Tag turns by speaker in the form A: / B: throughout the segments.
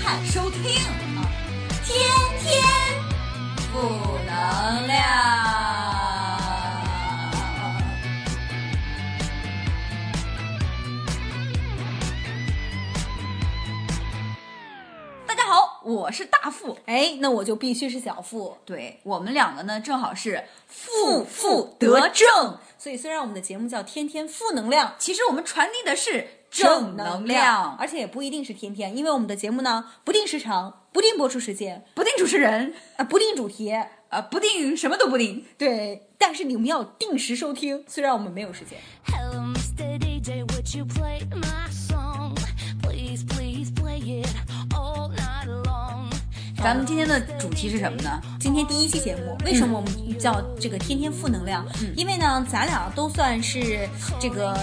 A: 听啊，天天负能量。大家好，我是大富。
B: 哎，那我就必须是小富。
A: 对我们两个呢，正好是
B: 负
A: 负
B: 负
A: 负
B: 得
A: 得正。
B: 所以虽然我们的节目叫“天天负能量
A: 其实我们传递的是”，
B: 正
A: 正能
B: 量，
A: 量，
B: 而且也不一定是天天，因为我们的节目呢不定时长，不定播出时间，
A: 不定主持人，
B: 啊、不定主题。
A: 呃，不定什么都不定。
B: 对，但是你们要定时收听，虽然我们没有时间。
C: Hello, Mr. DJ, would you play my song? Please, please play it all night long.
A: 咱们今天的主题是什么呢？
B: 今天第一期节目，为什么我们叫这个“天天负能量”？
A: 嗯
B: 因为呢，咱俩都算是这个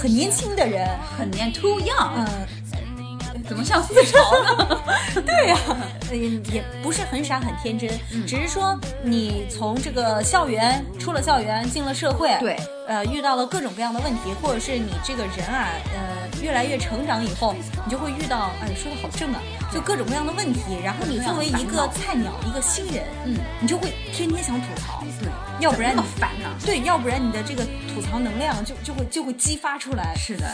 B: 很年轻的人，
A: 很年 too young，、
B: 嗯，
A: 怎么像思潮 呢？
B: 对呀、嗯，也不是很傻很天真，
A: 嗯
B: 只是说你从这个校园出了校园，进了社会，
A: 对，
B: 呃，遇到了各种各样的问题，或者是你这个人啊，呃，越来越成长以后，你就会遇到，哎，说的好正啊，就各种各样的问题，然后你作为一个菜鸟，一个新人，
A: 嗯，
B: 你就会天天想吐槽，
A: 对，
B: 要不然
A: 怎么那么烦呢、
B: 对，要不然你的这个吐槽能量就就会就会激发出来，
A: 是的，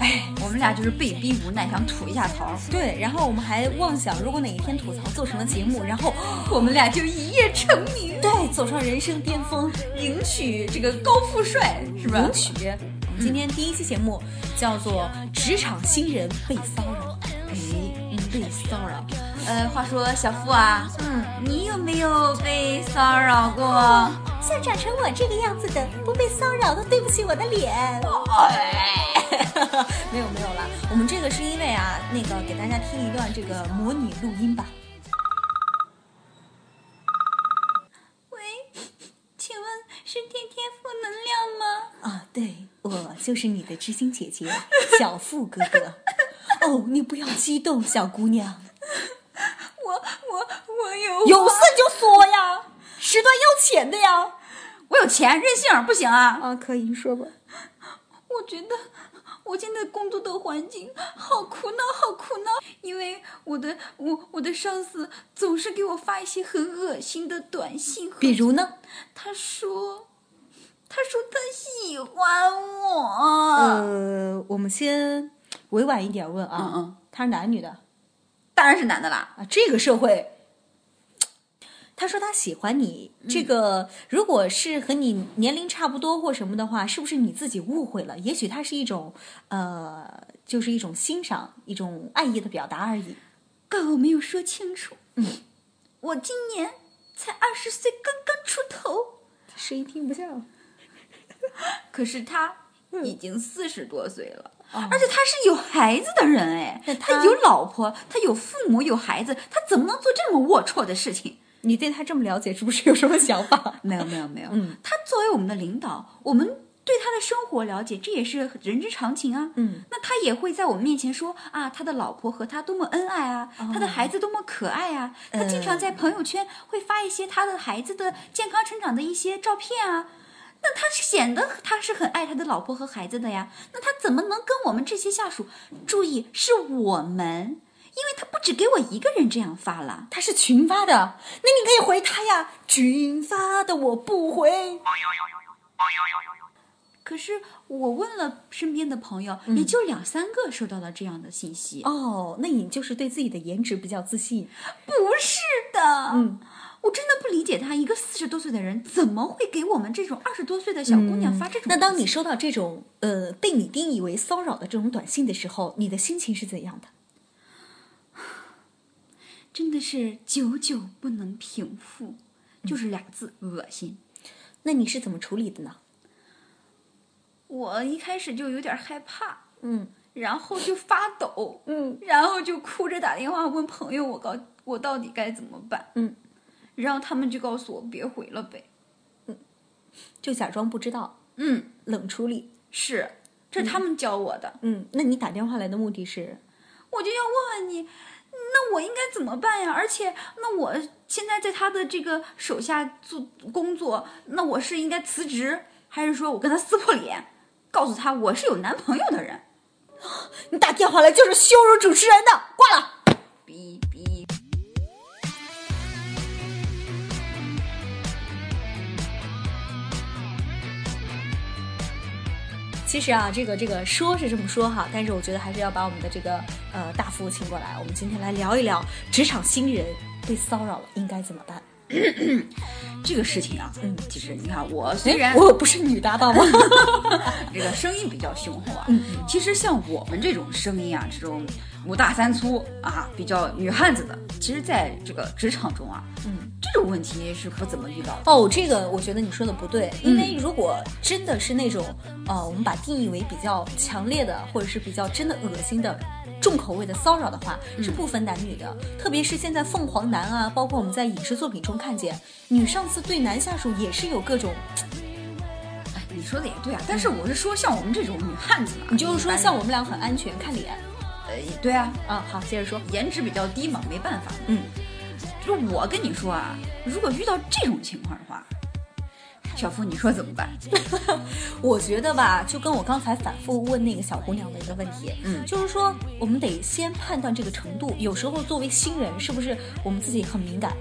A: 哎，我们俩就是被逼无奈，想吐一下槽，
B: 对，然后我们还妄想，如果哪一天吐槽做成了节目，然后。
A: 我们俩就一夜成名，
B: 对，走上人生巅峰，
A: 迎娶这个高富帅，是吧？
B: 迎娶。我们今天第一期节目叫做《职场新人被骚扰》，嗯
A: 哎，
B: 被骚扰，
A: 呃，话说小付啊，
B: 嗯，
A: 你有没有被骚扰过？
B: 像长成我这个样子的，不被骚扰都对不起我的脸。 没有没有啦，我们这个是因为啊，那个给大家听一段这个模拟录音吧。
A: 喂，请问是天天负能量吗？
B: 啊，对我就是你的知心姐姐，小付哥哥。哦，你不要激动，小姑娘，
A: 我我我有
B: 有事就说呀，时段要钱的呀。
A: 我有钱任性不行啊！
B: 啊，可以，你说吧。
A: 我觉得我现在工作的环境好苦恼，好苦恼，因为我的我我的上司总是给我发一些很恶心的短信和，
B: 比如呢？
A: 他说，他说他喜欢我，
B: 呃，我们先委婉一点问啊，
A: 嗯嗯
B: 他是男女的
A: 当然是男的啦，
B: 啊？这个社会，他说他喜欢你，这个如果是和你年龄差不多或什么的话，是不是你自己误会了？也许他是一种呃，就是一种欣赏、一种爱意的表达而已。
A: 怪我没有说清楚，嗯，我今年才二十岁，刚刚出头，
B: 声音听不见了。
A: 可是他
B: 嗯
A: 已经四十多岁了，而且他是有孩子的人哎，
B: 哦那
A: 他
B: 他
A: 有老婆，他有父母，有孩子，他怎么能做这么龌龊的事情？
B: 你对他这么了解，是不是有什么想法？
A: 没有没有没有，
B: 嗯
A: 他作为我们的领导，我们对他的生活了解，这也是人之常情啊。
B: 嗯，
A: 那他也会在我们面前说啊，他的老婆和他多么恩爱啊，他的孩子多么可爱啊。他经常在朋友圈会发一些他的孩子的健康成长的一些照片啊。那他是显得他是很爱他的老婆和孩子的呀。那他怎么能跟我们这些下属？注意，是我们，因为他不只给我一个人这样发了。
B: 他是群发的，那你可以回他呀。群发的我不回。
A: 可是我问了身边的朋友，也就两三个收到了这样的信息。
B: 哦，那你就是对自己的颜值比较自信。
A: 不是的，嗯，我真的不理解他，一个四十多岁的人怎么会给我们这种二十多岁的小姑娘发这种、
B: 那当你收到这种呃被你定义为骚扰的这种短信的时候，你的心情是怎样的？
A: 真的是久久不能平复，就是俩字恶心。
B: 那你是怎么处理的呢？
A: 我一开始就有点害怕，
B: 嗯
A: 然后就发抖，
B: 嗯
A: 然后就哭着打电话问朋友我告我到底该怎么办，
B: 嗯，
A: 然后他们就告诉我别回了呗，
B: 就假装不知道，
A: 嗯。
B: 冷处理。
A: 是，这是他们教我的。
B: 嗯，那你打电话来的目的是？
A: 我就要问问你，那我应该怎么办呀？而且，那我现在在他的这个手下做工作，那我是应该辞职，还是说我跟他撕破脸，告诉他我是有男朋友的人？
B: 你打电话来就是羞辱主持人的，挂了。
A: 哔哔。
B: 其实啊，这个这个说是这么说哈，但是我觉得还是要把我们的这个呃大副请过来，我们今天来聊一聊职场新人被骚扰了应该怎么办。
A: 这个事情啊，嗯，其实你看我
B: 哎
A: 虽然
B: 我不是女搭档吗？
A: 这个声音比较雄厚啊，
B: 嗯
A: 其实像我们这种声音啊，这种五大三粗啊，比较女汉子的，其实在这个职场中啊，嗯，这种问题是不怎么遇到的。
B: 哦，这个我觉得你说的不对，因为如果真的是那种、呃，我们把定义为比较强烈的，或者是比较真的恶心的。重口味的骚扰的话是不分男女的，特别是现在凤凰男啊，包括我们在影视作品中看见，女上司对男下属也是有各种，
A: 哎，你说的也对啊，但是我是说像我们这种女汉子嘛，
B: 嗯你就是说
A: 一般
B: 像我们俩很安全，看脸
A: 呃，对啊，
B: 啊。好，接着说，
A: 颜值比较低嘛，没办法。
B: 嗯，
A: 就我跟你说啊，如果遇到这种情况的话，小付你说怎么办？
B: 我觉得吧，就跟我刚才反复问那个小姑娘的一个问题，
A: 嗯
B: 就是说我们得先判断这个程度，有时候作为新人，是不是我们自己很敏感？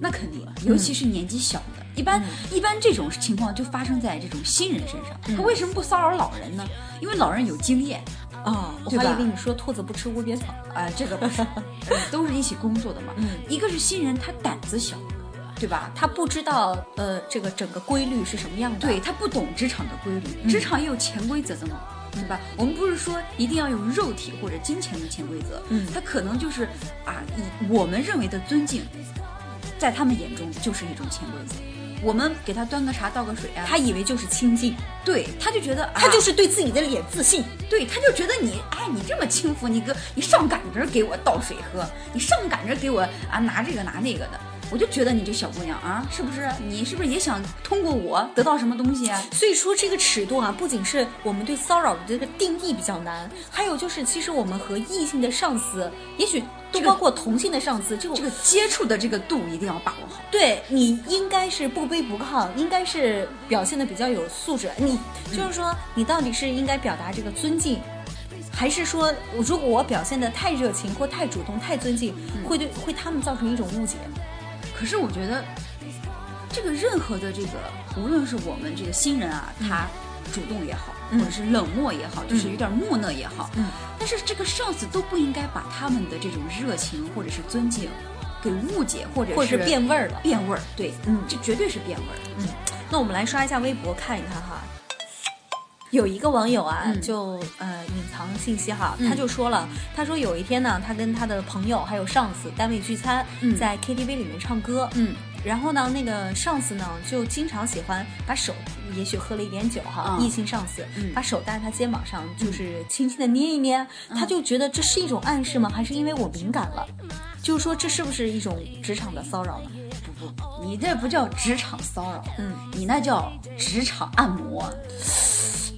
A: 那肯定，啊尤其是年纪小的，一般、一般这种情况就发生在这种新人身上。他为什么不骚扰老人呢？因为老人有经验
B: 啊、我
A: 对
B: 还以
A: 吧
B: 为你说兔子不吃窝边草。
A: 啊、这个不是，呃都是一起工作的嘛。一个是新人，他胆子小，对吧？
B: 他不知道呃这个整个规律是什么样的。
A: 对，他不懂职场的规律，职场也有潜规则的嘛，对吧？我们不是说一定要有肉体或者金钱的潜规则，
B: 嗯
A: 他可能就是啊，以我们认为的尊敬，在他们眼中就是一种潜规则。我们给他端个茶倒个水啊，
B: 他以为就是亲近，
A: 对他就觉得、啊、
B: 他就是对自己的脸自信。
A: 对，他就觉得你，哎，你这么轻浮，你哥，你上赶着给我倒水喝，你上赶着给我啊拿这个拿那个的，我就觉得你这小姑娘啊，是不是？你是不是也想通过我得到什么东西啊？
B: 所以说这个尺度啊，不仅是我们对骚扰的这个定义比较难，还有就是其实我们和异性的上司，也许都
A: 这个
B: 包括同性的上司，这种、
A: 这个接触的这个度一定要把握好。
B: 对你应该是不卑不亢，应该是表现的比较有素质。你就是说，你到底是应该表达这个尊敬，还是说，如果我表现的太热情或太主动、太尊敬，
A: 嗯
B: 会对会他们造成一种误解？
A: 可是我觉得，这个任何的这个，无论是我们这个新人啊，他主动也好，
B: 嗯
A: 或者是冷漠也好，就是有点木讷也好，
B: 嗯
A: 但是这个上司都不应该把他们的这种热情或者是尊敬给误解，或者
B: 或者是变味儿了
A: 变味儿，对，
B: 嗯
A: 这绝对是变味儿。
B: 那我们来刷一下微博看一看哈。有一个网友啊，
A: 嗯
B: 就呃隐藏信息哈，
A: 嗯
B: 他就说了，他说有一天呢，他跟他的朋友还有上司单位聚餐，
A: 嗯
B: 在 KTV 里面唱歌，
A: 嗯
B: 然后呢，那个上司呢，就经常喜欢把手，也许喝了一点酒哈，
A: 嗯
B: 异性上司、
A: 嗯
B: 把手搭在他肩膀上，就是轻轻的捏一捏，他就觉得这是一种暗示吗？还是因为我敏感了？就是说，这是不是一种职场的骚扰呢？
A: 不不，你这不叫职场骚扰，
B: 嗯，
A: 你那叫职场按摩。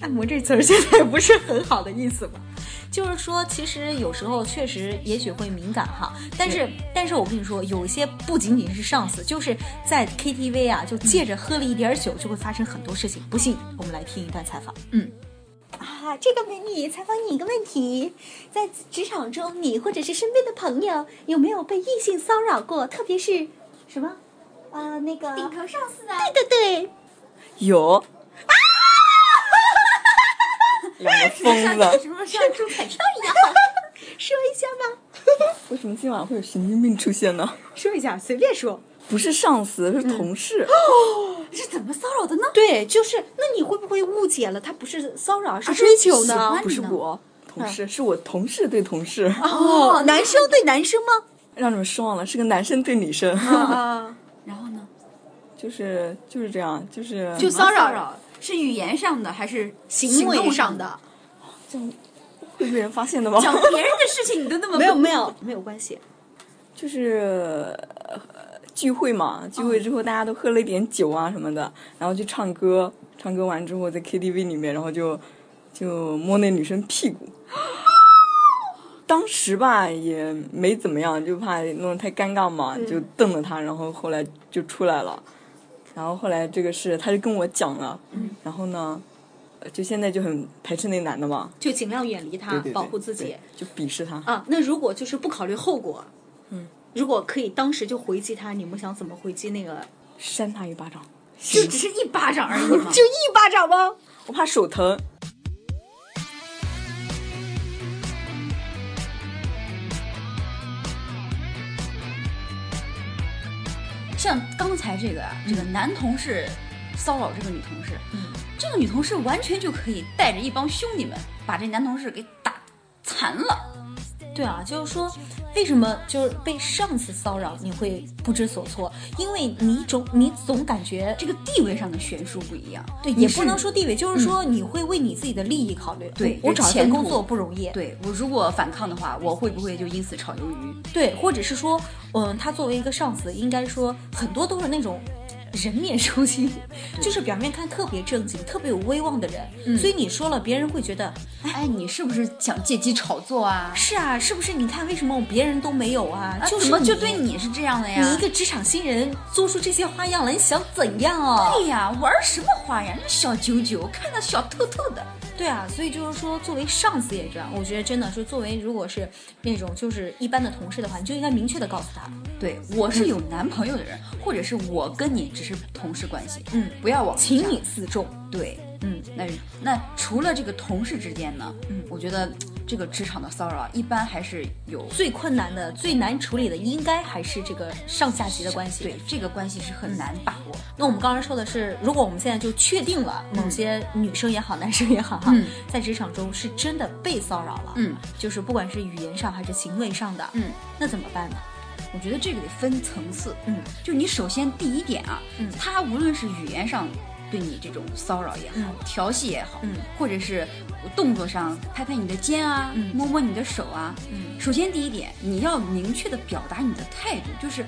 B: 按摩这词儿现 在不是很好的意思吧？就是说，其实有时候确实也许会敏感哈，但是但是我跟你说，有一些不仅仅是上司，就是在 KTV 啊，就
D: 嗯
B: 借着喝了一点儿酒，就会发生很多事情。不信，我们来听一段采访。
A: 嗯，
D: 啊，这个美女，采访你一个问题，在职场中，你或者是身边的朋友有没有被异性骚扰过？特别是什么？呃，那个顶头上司啊？对对对，
E: 有。 两个疯子，
A: 什么上猪凯
D: 说一下吗？
E: 为什么今晚会有神经病出现呢？嗯
D: 说一下，随便说。
E: 不是上司，是同事。
A: 是怎么骚扰的呢？
D: 对，就是，那你会不会误解了？他不是骚扰，是
B: 啊
A: 而是
D: 追求
A: 喜欢
D: 呢
A: 你？
E: 不是我，同事是我同事对同事，
D: 哦，男生对男生吗？
E: 让你们失望了，是个男生对女生，
D: 啊，
A: 然后呢？
E: 就是就是这样，就是
A: 就
D: 骚扰
A: 是语言上的还是
D: 行为
A: 动
D: 上？的，
E: 会被人发现的吗？
A: 讲别人的事情你都那么
D: 没有没有没有关系。
E: 就是、呃、聚会嘛，聚
D: 嗯
E: 会之后大家都喝了一点酒啊什么的，然后去唱歌，唱歌完之后在 KTV 里面，然后就就摸那女生屁股。当时吧也没怎么样，就怕弄得太尴尬嘛，就
D: 嗯
E: 瞪了她，然后后来就出来了。然后后来这个事他就跟我讲了，
D: 嗯
E: 然后呢，呃就现在就很排斥那男的嘛，
D: 就尽量远离他，
E: 对对对
D: 保护自己
E: 对。就鄙视他。
D: 啊，那如果就是不考虑后果，嗯，如果可以当时就回击他，你们想怎么回击那个？
E: 扇他一巴掌，
A: 就只是一巴掌而已嘛。
D: 一巴掌吗？
E: 我怕手疼，
A: 像刚才这个啊，这
D: 嗯
A: 个男同事骚扰这个女同事，这个女同事完全就可以带着一帮兄弟们把这男同事给打残了。
B: 对啊，就是说，为什么就是被上司骚扰你会不知所措？因为你总你总感觉
A: 这个地位上的悬殊不一样，
B: 对，
A: 你
B: 也
A: 是嗯
B: 不能说地位，就是说你会为你自己的利益考虑。
A: 对
B: 我
A: 有
B: 找一份
A: 前
B: 工
A: 途
B: 作不容易，
A: 对我如果反抗的话，我会不会就因此炒鱿鱼？
B: 对，或者是说，嗯，他作为一个上司，应该说很多都是那种人面兽心，就是表面看特别正经、特别有威望的人，
A: 嗯
B: 所以你说了，别人会觉得
A: 哎，你是不是想借机炒作啊？
B: 是啊，是不是？你看为什么别人都没有啊？
A: 啊
B: 就是
A: 怎么就
B: 你
A: 对你是这样的呀？
B: 你一个职场新人做出这些花样来，你想怎样啊？
A: 哎呀，玩什么花样？那小九九看到小透透的，
B: 对啊，所以就是说，作为上司也这样，我觉得真的是作为如果是那种就是一般的同事的话，你就应该明确的告诉他，
A: 对我是有男朋友的人，或者是我跟你只是同事关系，
B: 嗯
A: 不要往
B: 请
A: 下
B: 你自重。
A: 对，
B: 嗯，
A: 那那除了这个同事之间呢，嗯，我觉得这个职场的骚扰啊一般还是有
B: 最困难的、最难处理的，应该还是这个上下级的关系。
A: 对，这个关系是很难把握，
B: 那我们刚才说的是，如果我们现在就确定了某些女生也好，男生也好哈，
A: 嗯
B: 在职场中是真的被骚扰了，
A: 嗯，
B: 就是不管是语言上还是行为上的，
A: 嗯，
B: 那怎么办呢？
A: 我觉得这个得分层次，
B: 嗯，
A: 就你首先第一点啊，
B: 嗯
A: 他无论是语言上对你这种骚扰也好，
B: 嗯
A: 调戏也好，
B: 嗯
A: 或者是动作上拍拍你的肩啊，
B: 嗯
A: 摸摸你的手啊，
B: 嗯
A: 首先第一点，你要明确的表达你的态度，就是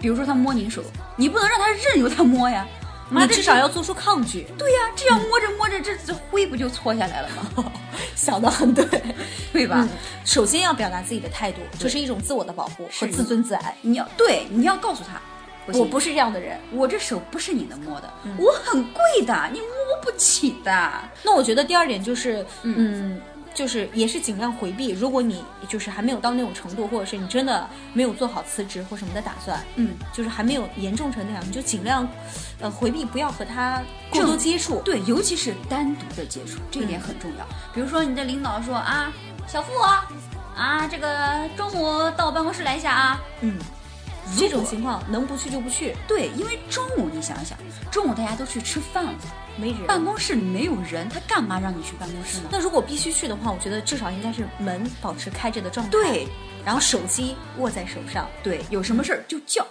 A: 比如说他摸你手，你不能让他任由他摸呀，妈
B: 你
A: 这
B: 至少要做出抗拒，
A: 对呀、这样摸着摸着，这这灰不就搓下来了 吗？
B: 想得很对，
A: 对吧？
B: 嗯，首先要表达自己的态度，这是一种自我的保护和
A: 是
B: 自尊自爱。
A: 你要对，你要告诉他，
B: 我
A: 我
B: 不是嗯这样的人，
A: 我这手不是你能摸的，我很贵的，你摸不起的。
B: 那我觉得第二点就是，嗯。就是也是尽量回避。如果你就是还没有到那种程度，或者是你真的没有做好辞职或什么的打算，
A: 嗯，
B: 就是还没有严重成那样，你就尽量，呃，回避，不要和他过
A: 正
B: 多接触。
A: 对，尤其是单独的接触，这一点很重要。比如说你的领导说啊，小付啊，啊，这个中午到我办公室来一下啊。
B: 嗯，这
A: 如
B: 种
A: 果
B: 情况能不去就不去，
A: 对，因为中午你想想，中午大家都去吃饭了，
B: 没人。
A: 办公室里没有人，他干嘛让你去办公室呢？
B: 那如果必须去的话，我觉得至少应该是门保持开着的状态，
A: 对
B: 然后手机握在手上，
A: 对，有什么事儿就叫。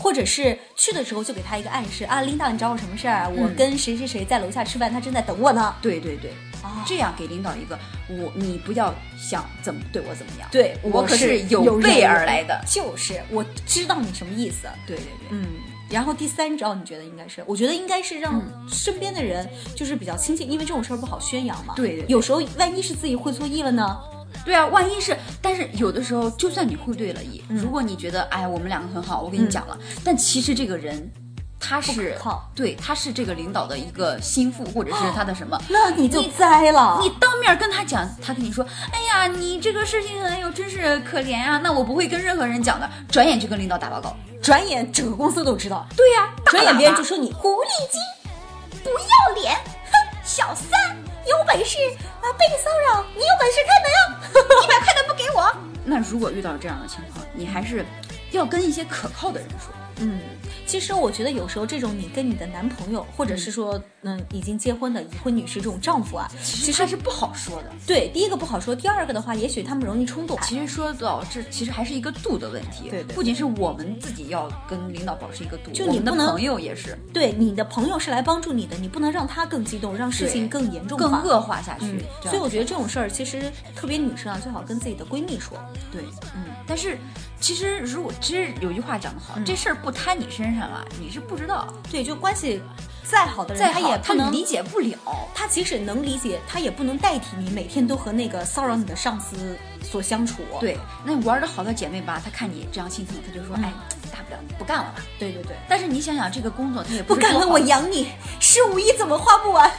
B: 或者是去的时候就给他一个暗示啊，领导你找我什么事儿啊？我
A: 嗯
B: 跟谁谁谁在楼下吃饭，他正在等我呢。
A: 对对对，
B: 啊
A: 这样给领导一个我，你不要想怎么对我怎么样，
B: 对
A: 我可
B: 是
A: 有备
B: 人
A: 而来的。
B: 就是我知道你什么意思。
A: 对对对，
B: 嗯，然后第三招你觉得应该是？我觉得应该是让
A: 嗯
B: 身边的人就是比较亲近，因为这种事儿不好宣扬嘛。
A: 对对对
B: 有时候万一是自己会错意了呢？
A: 对啊，万一是，但是有的时候，就算你会对了意，如果你觉得哎，我们两个很好，我跟你讲了，但其实这个人。他是
B: 不可靠
A: 对，他是这个领导的一个心腹，或者是他的什么？
B: 那你就栽了。
A: 你当面跟他讲，他跟你说：“哎呀，你这个事情，哎呦，真是可怜啊！那我不会跟任何人讲的。”转眼就跟领导打报告。
B: 转眼整个公司都知道，
A: 对呀、大
B: 转眼
A: 喇
B: 别人
A: 叭
B: 就说你狐狸精。
A: 不要脸，哼，小三，有本事啊被骚扰，你有本事开门啊，一百块都不给我。那如果遇到这样的情况，你还是要跟一些可靠的人说。
B: 嗯，其实我觉得有时候这种你跟你的男朋友，或者是说嗯已经结婚的已婚女士这种丈夫啊，
A: 其实还是不好说的。
B: 对，第一个不好说，第二个的话，也许他们容易冲动。
A: 其实说到这，其实还是一个度的问题。
B: 对对
A: 不仅是我们自己要跟领导保持一个度，
B: 就
A: 我
B: 你
A: 们的
B: 不能
A: 朋友也是
B: 对，你的朋友是来帮助你的，你不能让他更激动，让事情
A: 对
B: 更严重
A: 更
B: 化。
A: 恶化下去。
B: 嗯，
A: 这样
B: 所以我觉得这种事儿其实特别女生啊，最好跟自己的闺蜜说。
A: 对，嗯。但是其实如果其实有句话讲得
B: 嗯
A: 好，这事儿不摊你身上啊，你是不知道。
B: 对，就关系再好的人，
A: 再
B: 他
A: 好
B: 也
A: 他
B: 不能
A: 理解不了。
B: 他即使能理解，他也不能代替你每天都和那个骚扰你的上司所相处。
A: 对，那玩的好的姐妹吧，她看你这样心疼，她就
B: 嗯
A: 说：“哎，大不了不干了吧。
B: 对对对，”
A: 但是你想想，这个工作她也
B: 不
A: 是
B: 敢
A: 多
B: 了，
A: 好
B: 我养你，十五亿怎么花不完？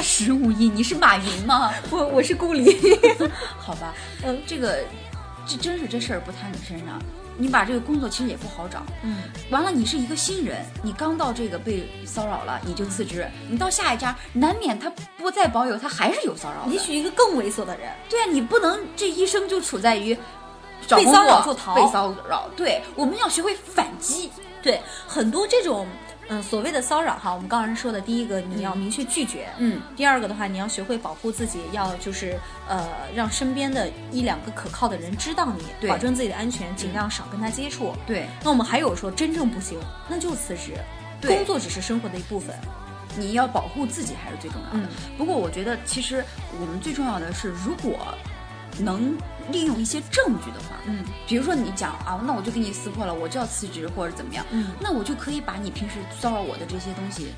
A: 十五亿，你是马云吗？
B: 我我是顾里。
A: 好吧，呃
B: 嗯
A: 这个这真是这事儿不摊你身上，你把这个工作其实也不好找。
B: 嗯，
A: 完了，你是一个新人，你刚到这个被骚扰了，你就辞职，你到下一家难免他不再保有，他还是有骚扰的。
B: 也许一个更猥琐的人，
A: 对啊，你不能这一生就处在于找
B: 被
A: 工
B: 骚扰
A: 作
B: 就逃
A: 被骚扰。对，我们要学会反击。
B: 对，很多这种嗯所谓的骚扰哈，我们刚才说的第一个你要明确拒绝，
A: 嗯，
B: 第二个的话你要学会保护自己，要就是呃让身边的一两个可靠的人知道你，
A: 对嗯
B: 保证自己的安全，尽量少跟他接触。
A: 对
B: 那我们还有说真正不行，那就辞职。
A: 对
B: 工作只是生活的一部分，
A: 你要保护自己还是最重要的。
B: 嗯
A: 不过我觉得，其实我们最重要的是，如果能利用一些证据的话，
B: 嗯，
A: 比如说你讲啊，那我就给你撕破了，我就要辞职或者怎么样，
B: 嗯
A: 那我就可以把你平时骚扰我的这些东西，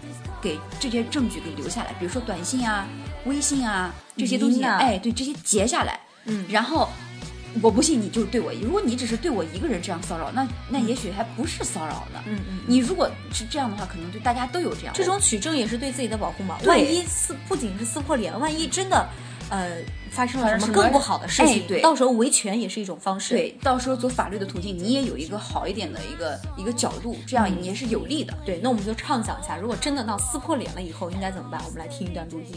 A: 给这些证据给留下来，比如说短信啊、微信啊这些东
B: 语
A: 西，
B: 音啊
A: 哎，对，这些截下来，
B: 嗯
A: 然后。我不信你就是对我，如果你只是对我一个人这样骚扰，那那也许还不是骚扰呢。
B: 嗯嗯
A: 你如果是这样的话，可能对大家都有这样。
B: 这种取证也是对自己的保护嘛。
A: 对
B: 万一撕不仅是撕破脸，万一真的呃发生了
A: 发生
B: 什么
A: 什么
B: 更不好的事情，
A: 哎对
B: 到时候维权也是一种方式。，
A: 对，到时候走法律的途径，你也有一个好一点的一个一个角度，这样也是有利的。
B: 对，那我们就畅想一下，如果真的到撕破脸了以后应该怎么办？我们来听一段录音。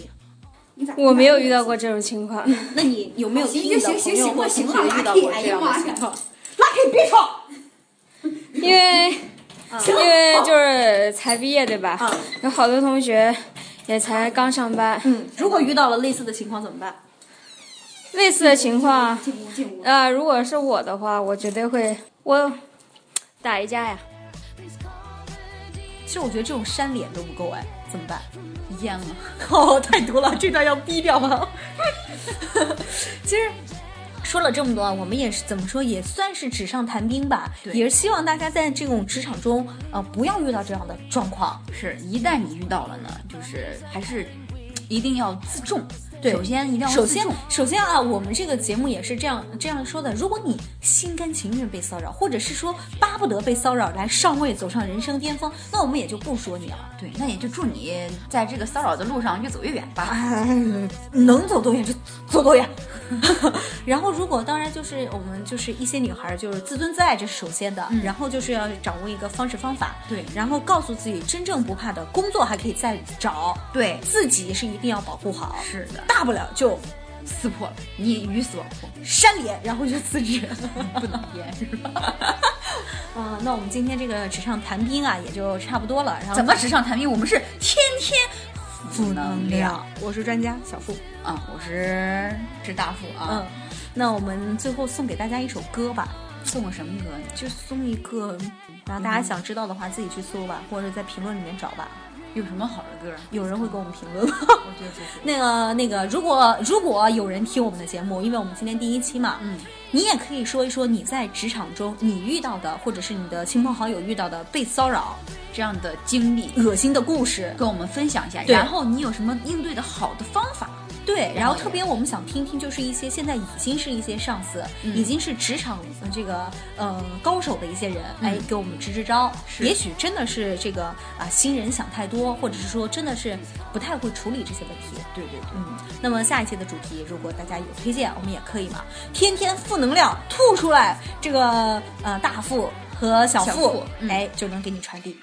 D: 你咋
F: 我没有遇到过这种情况，
D: 那你有没有听你的朋友或同学
B: 哎
D: 遇到过这样的情况？
F: 因为因为就是才毕业对吧？有好多同学也才刚上班，
B: 如果遇到了类似的情况怎么办？
F: 类似的情况，呃，如果是我的话，我绝对会我打一架呀。
B: 其实我觉得这种扇脸都不够哎，怎么办？
A: 一样啊，
B: 哦，太多了，这段要逼掉吗？ 其实。说了这么多啊，我们也是怎么说，也算是纸上谈兵吧，
A: 对
B: 也是希望大家在这种职场中，呃，不要遇到这样的状况。
A: 是一旦你遇到了呢，就是还是一定要自重。
B: 对
A: 首先一定要
B: 首
A: 自
B: 先
A: 重，
B: 首先啊，我们这个节目也是这样这样说的：如果你心甘情愿被骚扰，或者是说巴不得被骚扰来上位，走上人生巅峰，那我们也就不说你了。
A: 对，那也就祝你在这个骚扰的路上越走越远吧。
B: 能走多 远就走多远。然后，如果当然就是我们就是一些女孩儿就是自尊自爱，这是首先的，然后就是要掌握一个方式方法，
A: 嗯对
B: 然后告诉自己真正不怕的工作还可以再找，
A: 对
B: 自己是一定要保护好，
A: 是的，
B: 大不了就
A: 撕破了，你鱼死网破，
B: 扇脸，然后就辞职。
A: 不能编是吧？
B: 啊、那我们今天这个纸上谈兵啊，也就差不多了。然后
A: 怎么纸上谈兵？我们是天天负能量
B: 聊？嗯我是专家小付。
A: 啊！我是是大富
B: 嗯
A: 啊，，
B: 那我们最后送给大家一首歌吧，
A: 送个什么歌呢？
B: 就送一个，然后大
A: 嗯
B: 家想知道的话自己去搜吧，或者在评论里面找吧，
A: 有什么好的歌？
B: 有人会给我们评
A: 我
B: 论。
A: 觉得就是
B: 那个那个，如果如果有人听我们的节目，因为我们今天第一期嘛，
A: 嗯，
B: 你也可以说一说你在职场中你遇到的，或者是你的亲朋好友遇到的被骚扰、
A: 这样的经历，
B: 恶心的故事，
A: 跟我们分享一下，
B: 对
A: 然后你有什么应对的好的方法？
B: 对，然
A: 后
B: 后特
A: 也
B: 别我们想听听，就是一些现在已经是一些上司，
A: 嗯
B: 已经是职场呃这个呃高手的一些人，哎，给我们支支招。
A: 嗯是
B: 也许真的是这个啊、新人想太多，或者是说真的是不太会处理这些问题。
A: 对对对，
B: 嗯，那么下一期的主题，如果大家有推荐，我们也可以嘛，天天负能量吐出来，这个呃大富和小
A: 小
B: 富，
A: 富嗯
B: 哎，就能给你传递。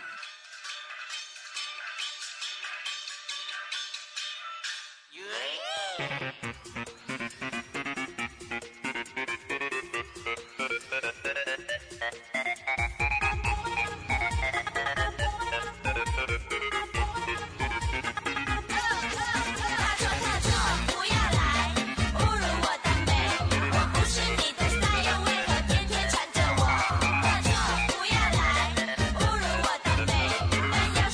C: 不要来侮辱我的美，我不是你的 style，为何天天缠着我？大错，不要来侮辱我的美，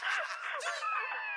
C: 啊！